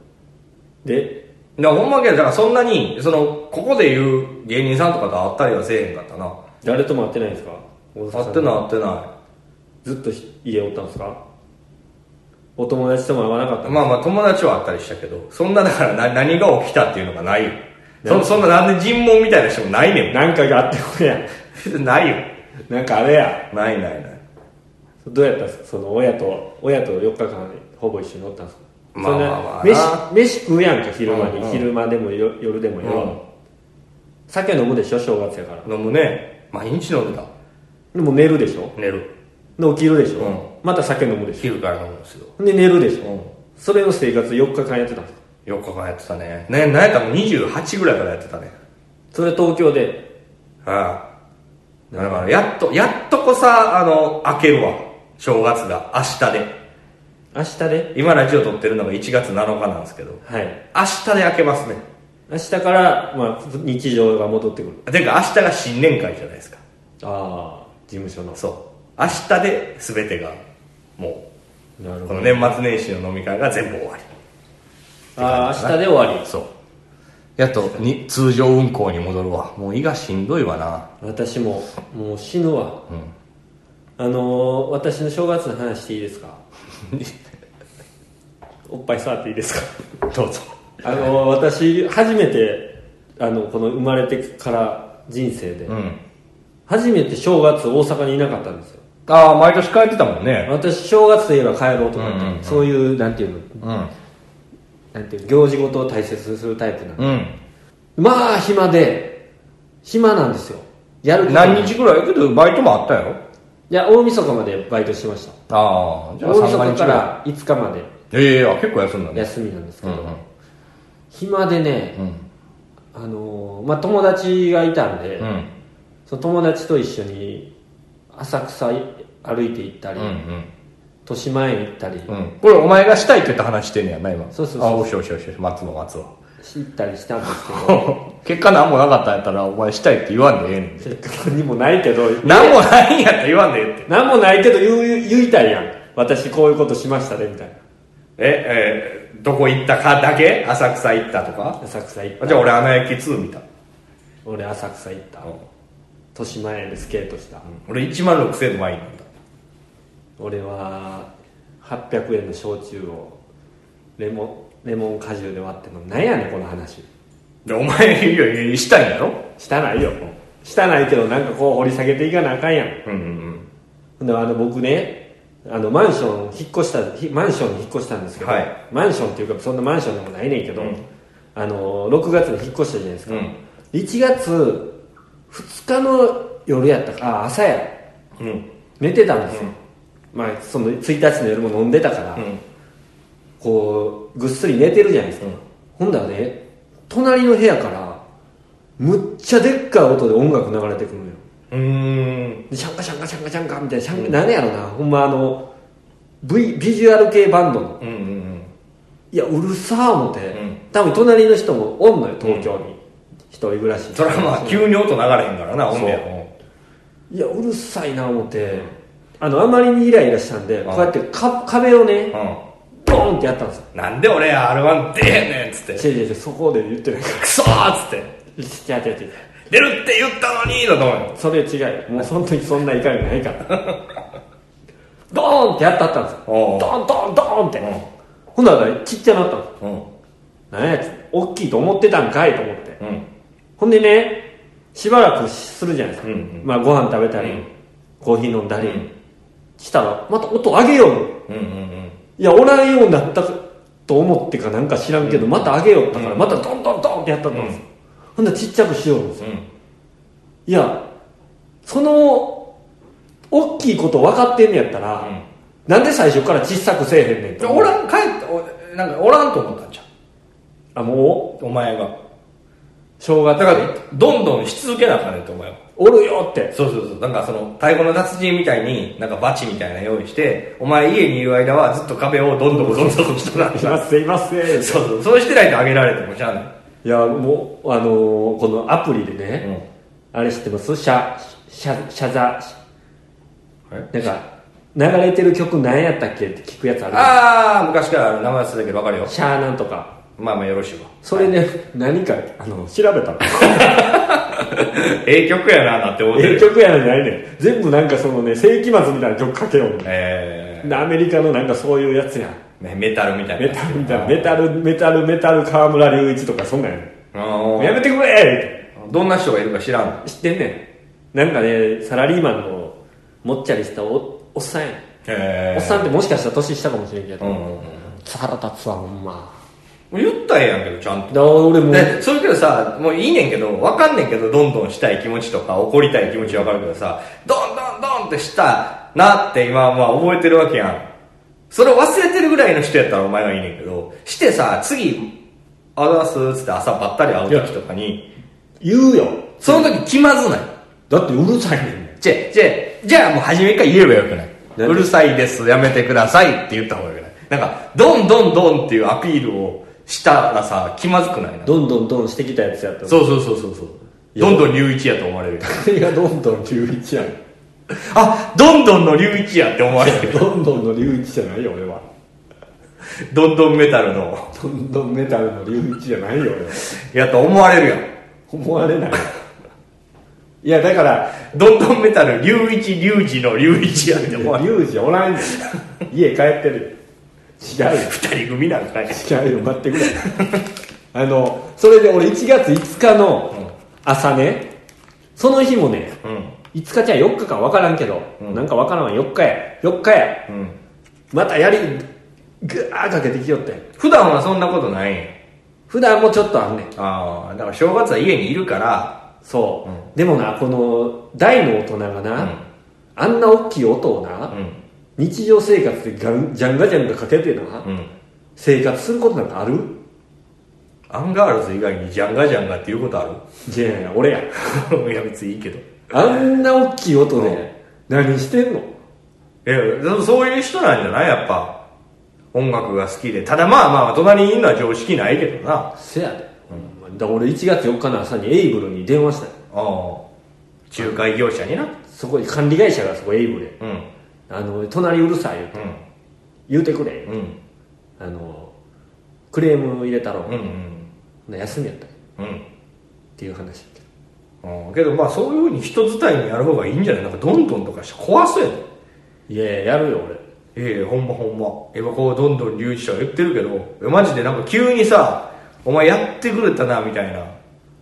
Speaker 1: で
Speaker 2: らほんまけどだからそんなにそのここで言う芸人さんとかと会ったりはせえへんかったな
Speaker 1: 誰とも会ってないんですか会
Speaker 2: 会ってない会ってな
Speaker 1: ずっと家おったんですかお友達とも会わなかった
Speaker 2: い
Speaker 1: の
Speaker 2: まあまあ友達は会ったりしたけどそんなだからな何が起きたっていうのがないよそそんななんで尋問みたいな人もないねん
Speaker 1: なんかがあってこや
Speaker 2: ないよ
Speaker 1: なんかあれや
Speaker 2: ないないない
Speaker 1: どうやったんですかその親と親と4日間ほぼ一緒におったんですか
Speaker 2: まあまあまあ
Speaker 1: そん
Speaker 2: な
Speaker 1: な飯飯食うやんか昼間に、
Speaker 2: うんうん
Speaker 1: 昼間でもよ夜でもよ、
Speaker 2: うん
Speaker 1: 酒飲むでしょ正月やから
Speaker 2: 飲むね毎日飲んでた
Speaker 1: でも寝るでしょ
Speaker 2: 寝る
Speaker 1: で起きるでしょ、
Speaker 2: うん
Speaker 1: また酒飲むでし
Speaker 2: 昼から飲むんですよ
Speaker 1: ょで寝るでしょ、
Speaker 2: うん
Speaker 1: それの生活4日間やってたんですか
Speaker 2: 4日間やってたねね何やったの28ぐらいからやってたね
Speaker 1: それ東京で
Speaker 2: ああだからやっとやっとこさあの明けるわ正月が明日で
Speaker 1: 明日で
Speaker 2: 今ラジオ撮ってるのが1月7日なんですけど
Speaker 1: はい
Speaker 2: 明日で明けますね
Speaker 1: 明日から、まあ、日常が戻ってくる
Speaker 2: てか明日が新年会じゃないですか
Speaker 1: ああ事務所の
Speaker 2: そう明日で全てがも
Speaker 1: なる
Speaker 2: う
Speaker 1: ほ
Speaker 2: こ
Speaker 1: ど
Speaker 2: の年末年始の飲み会が全部終わり
Speaker 1: ああ明日で終わ
Speaker 2: そうやっとに通常運行に戻るわもう胃がしんどいわな
Speaker 1: り私ももう死ぬわ
Speaker 2: うん
Speaker 1: あのー、私の正月の話していいですかおっぱい触っていいですか
Speaker 2: どうぞ
Speaker 1: あのー、私初めてあのこの生まれてから人生で、
Speaker 2: うん
Speaker 1: 初めて正月大阪にいなかったんですよ
Speaker 2: ああ毎年帰ってたもんね
Speaker 1: 私正月といえば帰ろうとかって、
Speaker 2: うんうんうん
Speaker 1: そういうなんていうの
Speaker 2: うん
Speaker 1: なんていう行事ごとを大切にするタイプなの、
Speaker 2: うん
Speaker 1: まあ暇で暇なんですよやることない
Speaker 2: 何日ぐらいやけどバイトもあったよ
Speaker 1: いや大晦日までバイトしてました
Speaker 2: ああじゃあ
Speaker 1: 大晦日
Speaker 2: 3日
Speaker 1: か
Speaker 2: ぐら
Speaker 1: ら5日まで
Speaker 2: いええあ結構休んだね
Speaker 1: 休みなんですけ
Speaker 2: うん
Speaker 1: ど、
Speaker 2: うん
Speaker 1: 暇でね、あのーまあ、友達がいたんで、
Speaker 2: うんうん
Speaker 1: その友達と一緒に浅草歩いて行ったり、
Speaker 2: うん
Speaker 1: 豊島園行ったり、
Speaker 2: うんうんこれお前がしたいって言った話してんねやな今
Speaker 1: そうそうそう
Speaker 2: あおしおしおしおし待つわ待つわ
Speaker 1: 行ったりしたんですけど
Speaker 2: 結果何もなかったんやったらお前したいって言わんでええねん
Speaker 1: 結果何もないけど
Speaker 2: 何もないんやったら言わんでええって
Speaker 1: 何もないけど言う言いたいやん私こういうことしましたねみたいな
Speaker 2: ええどこ行ったかだけ浅草行ったとか
Speaker 1: 浅草行った
Speaker 2: じゃあ俺穴焼き2見た
Speaker 1: 俺浅草行った豊島園でスケートした、
Speaker 2: 俺1万6000円のワイン飲んだ
Speaker 1: 俺は800円の焼酎をレモンレモン果汁で割って飲むなんやねんこの話
Speaker 2: でお前いやいやしたいんやろ
Speaker 1: したないよしたないけどなんかこう掘り下げていかなあかんやん
Speaker 2: うんうん
Speaker 1: ほんであの僕ねあのマンション引っ越したひマンションに引っ越したんですけど、
Speaker 2: はい
Speaker 1: マンションっていうかそんなマンションでもないねんけど、
Speaker 2: うん
Speaker 1: あの6月に引っ越したじゃないですか、
Speaker 2: うん
Speaker 1: 1月2日の夜やったかあ朝や
Speaker 2: うんうん
Speaker 1: 寝てたんですよ、まあその1日の夜も飲んでたから、
Speaker 2: うん
Speaker 1: こうぐっすり寝てるじゃないですか、
Speaker 2: うん
Speaker 1: ほんだらね隣の部屋からむっちゃでっかい音で音楽流れてくるのよ
Speaker 2: うーん
Speaker 1: でシャンカシャンカシャンカシャンカみたいなシャンカ、何やろなほんまあの、v、ビジュアル系バンドの
Speaker 2: うんうん
Speaker 1: いやうるさー思って、
Speaker 2: うん
Speaker 1: 多分隣の人もおんのよ東京に、一人暮らし
Speaker 2: それはまあ急に音流れへんからな
Speaker 1: そう
Speaker 2: 音
Speaker 1: いやうるさいな思ってあのあまりにイライラしたんで
Speaker 2: あ
Speaker 1: こうやってか壁をね
Speaker 2: う
Speaker 1: ドーンってやったんですよ
Speaker 2: んなんで俺 R1 出へんねんっつって
Speaker 1: 違う違う違うそこで言ってないか
Speaker 2: クソーっつって
Speaker 1: ら違う違う違う
Speaker 2: 出るって言ったのにだと思うよ
Speaker 1: それ違うもうその時そんな怒りないから ドーンってやったったんですよ
Speaker 2: おう
Speaker 1: ドーンドーンドーンって、
Speaker 2: うん
Speaker 1: ほんならちっちゃなったんですよ
Speaker 2: うん
Speaker 1: 何やつ大きいと思ってたんかいと思って
Speaker 2: うん
Speaker 1: ほんでねしばらくするじゃないですか、
Speaker 2: うんうん
Speaker 1: まあ、ご飯食べたり、
Speaker 2: うん
Speaker 1: コーヒー飲んだり
Speaker 2: うん
Speaker 1: したらまた音上げよう
Speaker 2: うんうん
Speaker 1: いやおらんようになったと思ってかなんか知らんけど、また上げようったから、またドンドンドンってやったんですよ、ほんでちっちゃくしようんですよ
Speaker 2: うん
Speaker 1: いやその大きいこと分かってんねやったら、
Speaker 2: うん
Speaker 1: なんで最初から小さくせえへんねん
Speaker 2: で
Speaker 1: と
Speaker 2: おらん帰っておなんかおらんと思ったんじゃ
Speaker 1: あ
Speaker 2: ん
Speaker 1: も
Speaker 2: お前が
Speaker 1: 正
Speaker 2: だ
Speaker 1: 月
Speaker 2: からどんどんし続けなあかんねんと思うよ
Speaker 1: おるよって
Speaker 2: そうそうそうなんかその太鼓の達人みたいになんかバチみたいな用意してお前家にいる間はずっと壁をどんどんどんどんしと らん
Speaker 1: いま
Speaker 2: と
Speaker 1: すいません
Speaker 2: そうそうそうしてないとあげられてもしゃあない
Speaker 1: いやもうあのーこのアプリでね、あれ知ってますシャシャシャザなんか流れてる曲何やったっけって聞くやつあるあ
Speaker 2: ああ昔からある名前忘れたけど分かるよ
Speaker 1: シャーなんとか
Speaker 2: まあまあよろしいわ
Speaker 1: それね、何かあの調べたの
Speaker 2: ええ曲やななって思って
Speaker 1: ええ
Speaker 2: る
Speaker 1: 曲やのにないねん全部なんかそのね世紀末みたいな曲かけよう
Speaker 2: え
Speaker 1: アメリカのなんかそういうやつやん
Speaker 2: ーメメタルみたいな
Speaker 1: メタルみたいなメタルメタルメタル河村隆一とかそんなんやね
Speaker 2: あ
Speaker 1: ん
Speaker 2: ー
Speaker 1: やめてくれ
Speaker 2: どんな人がいるか知らん
Speaker 1: って知ってんねんなんかねサラリーマンのもっちゃりしたおおっさんやねん
Speaker 2: え
Speaker 1: おっさんってもしかしたら年下かもしれんけ
Speaker 2: う
Speaker 1: ど、
Speaker 2: んうんうん
Speaker 1: 腹立つわほんま
Speaker 2: 言ったらええやんけどちゃんと
Speaker 1: だから俺も
Speaker 2: でそれけどさもういいねんけど分かんねんけどどんどんしたい気持ちとか怒りたい気持ち分かるけどさどんどんどんってしたなって今はまあ覚えてるわけやんそれを忘れてるぐらいの人やったらお前はいいねんけどしてさ次「あざっす」っつって朝ばったり会う時とかに
Speaker 1: 言うよ
Speaker 2: その時気まずない
Speaker 1: だってうるさいねん
Speaker 2: じゃじゃじゃあもう初めから言えばよくない
Speaker 1: なん
Speaker 2: う
Speaker 1: で
Speaker 2: るさいですやめてくださいって言った方がよくないなんかどんどんどんっていうアピールをしたらさ気まずくないな
Speaker 1: どんどんどんしてきたやつやった
Speaker 2: そうそうそうそうそうどんどん隆一やと思われる
Speaker 1: それがどんどん隆一やねん
Speaker 2: あどんどんの隆一やって思われる
Speaker 1: どんどんの隆一じゃないよ俺は
Speaker 2: どんどんメタルの
Speaker 1: どんどんメタルの隆一じゃないよ俺は
Speaker 2: やと思われるやん
Speaker 1: 思われないいやだから
Speaker 2: どんどんメタル隆一隆二の隆一やって思われる
Speaker 1: 隆二おらんねん家帰ってる違うよ
Speaker 2: 二人組なんかい
Speaker 1: 違うよ待ってくれあのそれで俺1月5日の朝ねその日もね
Speaker 2: うん
Speaker 1: 5日じゃ4日か分からんけど、
Speaker 2: うん
Speaker 1: なんか分からんわ4日や4日や
Speaker 2: うん
Speaker 1: またやりぐーかけてきよって
Speaker 2: 普段はそんなことないんや
Speaker 1: 普段もちょっとあんねん
Speaker 2: ああだから正月は家にいるから
Speaker 1: そう、
Speaker 2: うん
Speaker 1: でもなこの大の大人がな、
Speaker 2: うん
Speaker 1: あんな大きい音をな、
Speaker 2: うん
Speaker 1: 日常生活でガンジャンガジャンガかけてな、
Speaker 2: うん
Speaker 1: 生活することなんかある
Speaker 2: アンガールズ以外にジャンガジャンガっていうことあ
Speaker 1: いやいや俺や
Speaker 2: る いや別にいいけど
Speaker 1: あんな大きい音で何してんの
Speaker 2: えそういう人なんじゃないやっぱ音楽が好きでただまあまあ隣にいるのは常識ないけどなあ
Speaker 1: せやで、だから俺1月4日の朝にエイブルに電話したよ
Speaker 2: あ仲介業者にな
Speaker 1: そこに管理会社がそこエイブルや
Speaker 2: うん
Speaker 1: あの隣うるさい言うて言うてくれ
Speaker 2: うんうん
Speaker 1: あのクレーム入れたろ、
Speaker 2: うん
Speaker 1: な休みやったっ
Speaker 2: うんうん
Speaker 1: ていう話やけど
Speaker 2: うんけどまあそういうふうに人伝いにやる方がいいんじゃないなんかどんどんとかして壊すやん
Speaker 1: いやいややるよ
Speaker 2: ええほんまほんま今こうどんどん留置者言ってるけどえマジでなんか急にさお前やってくれたなみたいな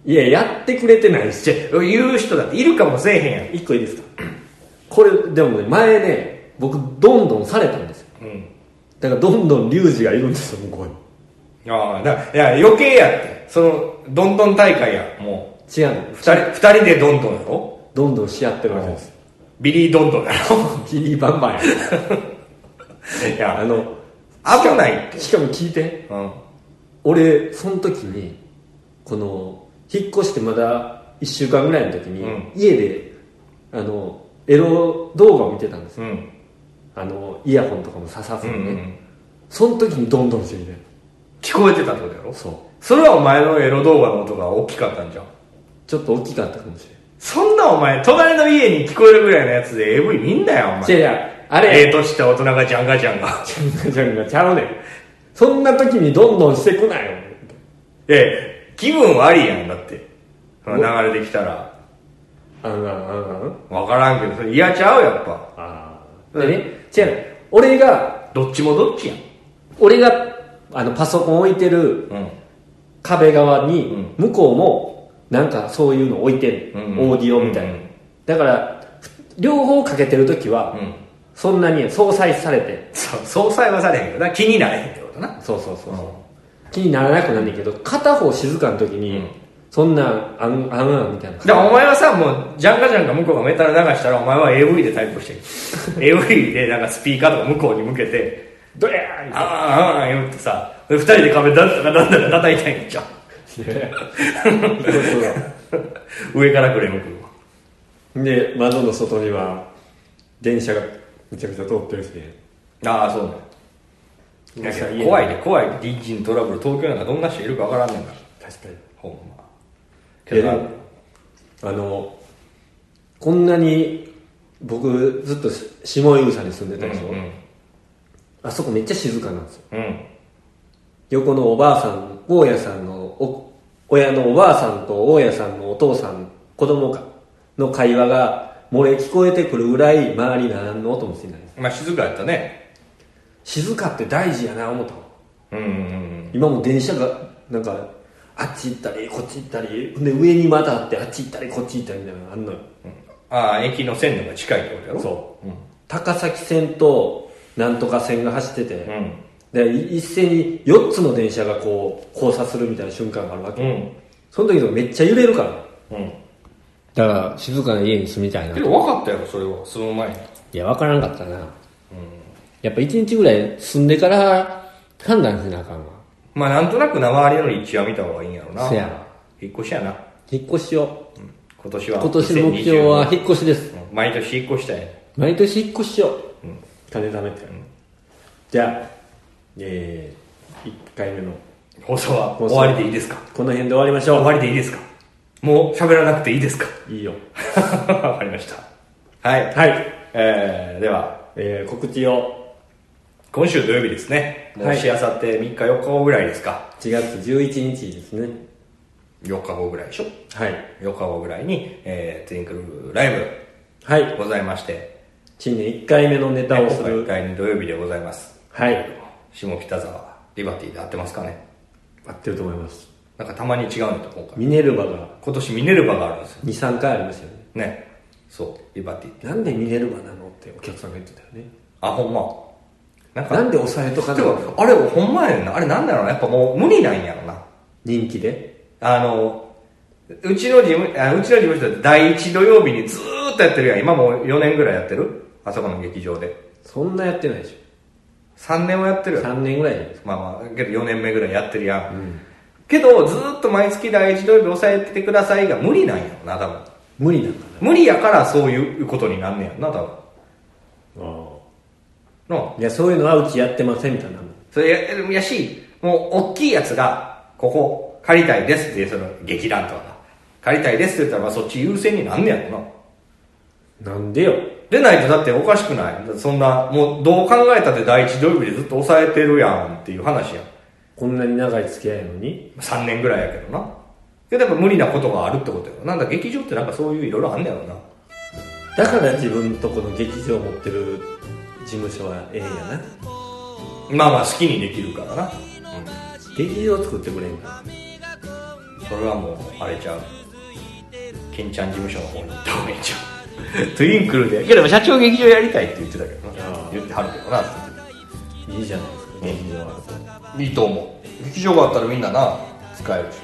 Speaker 1: 俺いややってくれてないし
Speaker 2: じゃ言う人だっているかもせえへんやん
Speaker 1: 1個いいですかこれでもね前ね僕どんどんされたんですよ
Speaker 2: うん
Speaker 1: だからどんどんリュウジがいるんですよ向こうに
Speaker 2: ああだいや余計やってそのどんどん大会やもう
Speaker 1: 違うの
Speaker 2: 二人二人でどんどんやろ
Speaker 1: どんどんし合ってるわけです
Speaker 2: ビリーどんどんや ろ
Speaker 1: ギリバンバンや
Speaker 2: いや
Speaker 1: あの
Speaker 2: 危ないって
Speaker 1: しかも聞いて
Speaker 2: うん
Speaker 1: 俺その時にこの引っ越してまだ1週間ぐらいの時に、
Speaker 2: うん
Speaker 1: 家であのエロ動画を見てたんですよ
Speaker 2: うん
Speaker 1: あのイヤホンとかも刺さず
Speaker 2: う
Speaker 1: に
Speaker 2: ん
Speaker 1: ね、
Speaker 2: うん
Speaker 1: その時にどんどんしてきて
Speaker 2: 聞こえてたってことやろ
Speaker 1: そう
Speaker 2: それはお前のエロ動画の音が大きかったんじゃん
Speaker 1: ちょっと大きかったかもしれない
Speaker 2: そんなお前隣の家に聞こえるぐらいのやつで AV 見んなよお
Speaker 1: いや
Speaker 2: 前
Speaker 1: いやあれ
Speaker 2: ええとした大人がジャンガジャンガ
Speaker 1: ジャンガジャンガちゃうねん そんな時にどんどんしてこないよ
Speaker 2: ええ気分悪いやんだってその流れてきたら
Speaker 1: あんあんあんあん
Speaker 2: 分からんけどそれ嫌ちゃうやっぱ
Speaker 1: ああでね違うねん俺が
Speaker 2: どっちもどっちやん
Speaker 1: 俺があのパソコン置いてる
Speaker 2: うん
Speaker 1: 壁側に
Speaker 2: うん
Speaker 1: 向こうもなんかそういうの置いてる、
Speaker 2: うん
Speaker 1: オーディオみたいな、
Speaker 2: うん
Speaker 1: だから両方かけてる時は
Speaker 2: うん
Speaker 1: そんなに相殺されて
Speaker 2: そう総裁はされへんけどな気になれへんってことな
Speaker 1: そうそうそうそう
Speaker 2: うん
Speaker 1: 気にならなくなんねんけど片方静かの時に、
Speaker 2: うん
Speaker 1: そんなんあんあんあんみたいな
Speaker 2: だからお前はさもうジャンガジャンガ向こうがメタル流したらお前は AV で対抗 してる AV でなんかスピーカーとか向こうに向けて
Speaker 1: ドヤーン
Speaker 2: ああああ言ってさで二人で壁だんだかだんだか叩いたいんじゃん上からクレーム来るわ
Speaker 1: で窓の外には電車がめちゃくちゃ通ってるしね
Speaker 2: ああそうね
Speaker 1: 確かに
Speaker 2: 怖いで怖いで隣人トラブル東京なんかどんな人いるかわからんねんから
Speaker 1: 確かに
Speaker 2: ほんま
Speaker 1: い
Speaker 2: けど
Speaker 1: やでもあのこんなに僕ずっとし下井草に住んでたでしょ、
Speaker 2: うん
Speaker 1: あそこめっちゃ静かなんですよ
Speaker 2: うん
Speaker 1: 横のおばあさん大家さんのお親のおばあさんと大家さんのお父さん子供かの会話が漏れ聞こえてくるぐらい周り何の音もしてないです
Speaker 2: まあ静かやったね
Speaker 1: 静かって大事やな思ったわ
Speaker 2: うんうんうん
Speaker 1: 今も電車がなんかあっち行ったりこっち行ったりほんで上にまたあってあっち行ったりこっち行ったりみたいなのあんのよ
Speaker 2: ああ駅の線路が近いってことやろ
Speaker 1: そう
Speaker 2: うん
Speaker 1: 高崎線となんとか線が走ってて、
Speaker 2: うん
Speaker 1: でい一斉に4つの電車がこう交差するみたいな瞬間があるわけ、
Speaker 2: うん
Speaker 1: その時のめっちゃ揺れるから
Speaker 2: うん
Speaker 1: だから静かな家に住みたいな
Speaker 2: けど分かったやろそれはその前に
Speaker 1: いや分からんかったな、やっぱ1日ぐらい住んでから判断せなあかんわ
Speaker 2: まあなんとなくな周りの立地は見た方がいいんやろな
Speaker 1: せやな
Speaker 2: 引っ越しやな
Speaker 1: 引っ越しを
Speaker 2: 今年は
Speaker 1: 今年の目標は引っ越しです
Speaker 2: 2020うん毎年引っ越したい
Speaker 1: 毎年引っ越しを、金貯めて、じゃあえー、1回目の
Speaker 2: 放送は
Speaker 1: 放送
Speaker 2: 終わりでいいですか
Speaker 1: この辺で終わりましょう
Speaker 2: 終わりでいいですかもう喋らなくていいですか
Speaker 1: いいよ
Speaker 2: わかりましたはい、
Speaker 1: はい、
Speaker 2: えー、では
Speaker 1: えー、告知を
Speaker 2: 今週土曜日ですねも
Speaker 1: は
Speaker 2: う
Speaker 1: い
Speaker 2: しあさって3日4日後ぐらいですか
Speaker 1: 4月11日ですね
Speaker 2: 4日後ぐらいでしょ
Speaker 1: はい
Speaker 2: 4日後ぐらいに、えー、ツインクルライ
Speaker 1: はい
Speaker 2: ブございまして
Speaker 1: 新年1回目のネタをす
Speaker 2: 今
Speaker 1: る
Speaker 2: 回に土曜日でございます
Speaker 1: はい
Speaker 2: 下北沢リバティで合ってますかね
Speaker 1: 合ってると思います
Speaker 2: なんかたまに違うんだと今回
Speaker 1: ミネルヴァが
Speaker 2: 今年ミネルヴァがあるんですよ
Speaker 1: 23回ありましたよね
Speaker 2: ねそうリバティ
Speaker 1: なんでミネルヴァなのってお客さんが言ってたよね
Speaker 2: あほんまなんか
Speaker 1: なんで抑えとか
Speaker 2: て
Speaker 1: なの
Speaker 2: かあれほんまやねんなあれなんだろうなやっぱもう無理なんやろな
Speaker 1: 人気で
Speaker 2: あのうちの事務あうちの事務所って第一土曜日にずーっとやってるやん今もう4年ぐらいやってるあそこの劇場で
Speaker 1: そんなやってないでし
Speaker 2: 3年はやって
Speaker 1: ょ
Speaker 2: るやん
Speaker 1: 3年ぐらいじゃないですか
Speaker 2: まあまあけど4年目ぐらいやってるやん、けどずーっと毎月第一土曜日抑えててくださいが無理なんやろな多分
Speaker 1: 無理なんか
Speaker 2: 無理やからそういうことになんねやろな多分
Speaker 1: なあ
Speaker 2: の
Speaker 1: あいやそういうのはうちやってませんみたいなの
Speaker 2: それややし、もう大きいやつが、ここ借りたいですって、その劇団とかが、借りたいですって言ったら、まあそっち優先になんねやろな。
Speaker 1: なんでよ
Speaker 2: でないとだっておかしくない。だってそんな、もうどう考えたって第一土曜日でずっと抑えてるやんっていう話やん。
Speaker 1: こんなに長い付き合いのに
Speaker 2: 3年ぐらいやけどな。けどやっぱ無理なことがあるってことやろ。なんだ、劇場ってなんかそういういろいろあんねやろな。
Speaker 1: だから自分とこの劇場を持ってる事務所はええんやな
Speaker 2: まあまあ好きにできるからな。
Speaker 1: 劇場作ってくれんか
Speaker 2: それはもうあれちゃうケンちゃん事務所の方に行った方がいいんちゃう トゥインクルでいやでも社長劇場やりたいって言ってたけど
Speaker 1: ああ
Speaker 2: な言ってはるけどな
Speaker 1: らいいじゃないですか劇場は
Speaker 2: うんいいと思う劇場があったらみんなな使えるし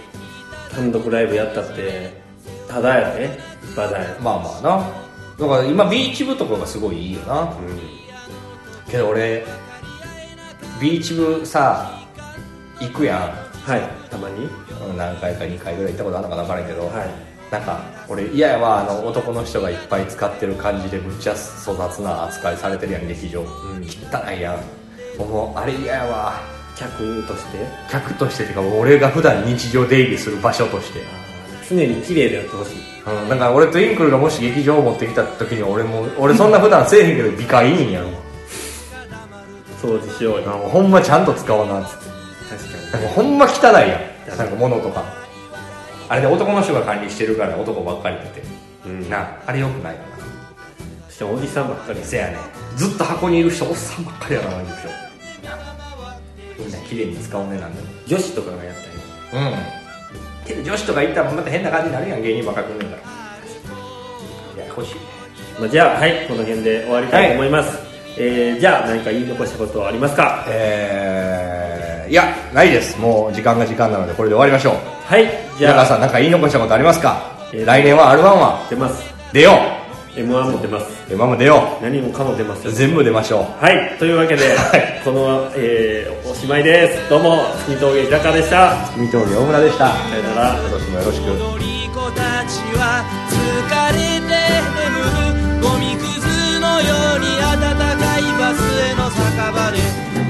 Speaker 1: 単独ライブやったってただやでバだや
Speaker 2: まあまあなだから今ビーチ部とかがすごいいいよな、けど俺ビーチ部さ行くや
Speaker 1: はいたまに
Speaker 2: んうん何回か2回ぐらい行ったことあるのかな分からんけど、
Speaker 1: はい
Speaker 2: なんか俺嫌やわあの男の人がいっぱい使ってる感じでむっちゃ粗雑な扱いされてるやん劇場、
Speaker 1: ん
Speaker 2: 汚いやんもうあれ嫌やわ
Speaker 1: 客として
Speaker 2: 客としててか俺が普段日常出入りする場所として、
Speaker 1: 常に綺麗でやってほしい
Speaker 2: うん、だから俺とインクルがもし劇場を持ってきた時に俺も俺そんな普段せえへんけど美化いいんやろ
Speaker 1: 掃除しようよ
Speaker 2: あのほんまちゃんと使わなっつって
Speaker 1: 確
Speaker 2: な
Speaker 1: か
Speaker 2: んかほんま汚いやんなんか物とかあれで男の人が管理してるから男ばっかり出て、
Speaker 1: うん
Speaker 2: なあれよくないよな
Speaker 1: にしかもおじさんばっかり
Speaker 2: せやねずっと箱にいる人おっさんばっかりやなあの劇場みんな綺麗に使おうねなんでも
Speaker 1: 女子とかがやったり
Speaker 2: うんけど女子とか行ったらまた変な感じになるやん芸人ばっか組んだらいや欲しいね
Speaker 1: まあ、じゃあはいこの辺で終わりたいと思います、えーじゃあ何か言い残したことはありますか
Speaker 2: えー、いやないですもう時間が時間なのでこれで終わりましょう
Speaker 1: はいじ
Speaker 2: 平
Speaker 1: ゃ
Speaker 2: 川
Speaker 1: あ
Speaker 2: さんなんか言い残したことありますか、
Speaker 1: えー
Speaker 2: 来年は R1 は
Speaker 1: 出ます
Speaker 2: 出よう
Speaker 1: m 1も出ます
Speaker 2: えママ出よ
Speaker 1: 何もかも出ますよ
Speaker 2: う全部出ましょう
Speaker 1: はいというわけで、この、えーおしまいですどうも月見峠日高でした
Speaker 2: 見通り大村でした
Speaker 1: さよなら
Speaker 2: 今年もよろしく
Speaker 3: 踊り子たちは疲れて眠るゴミくずのように暖かいバスへの酒場で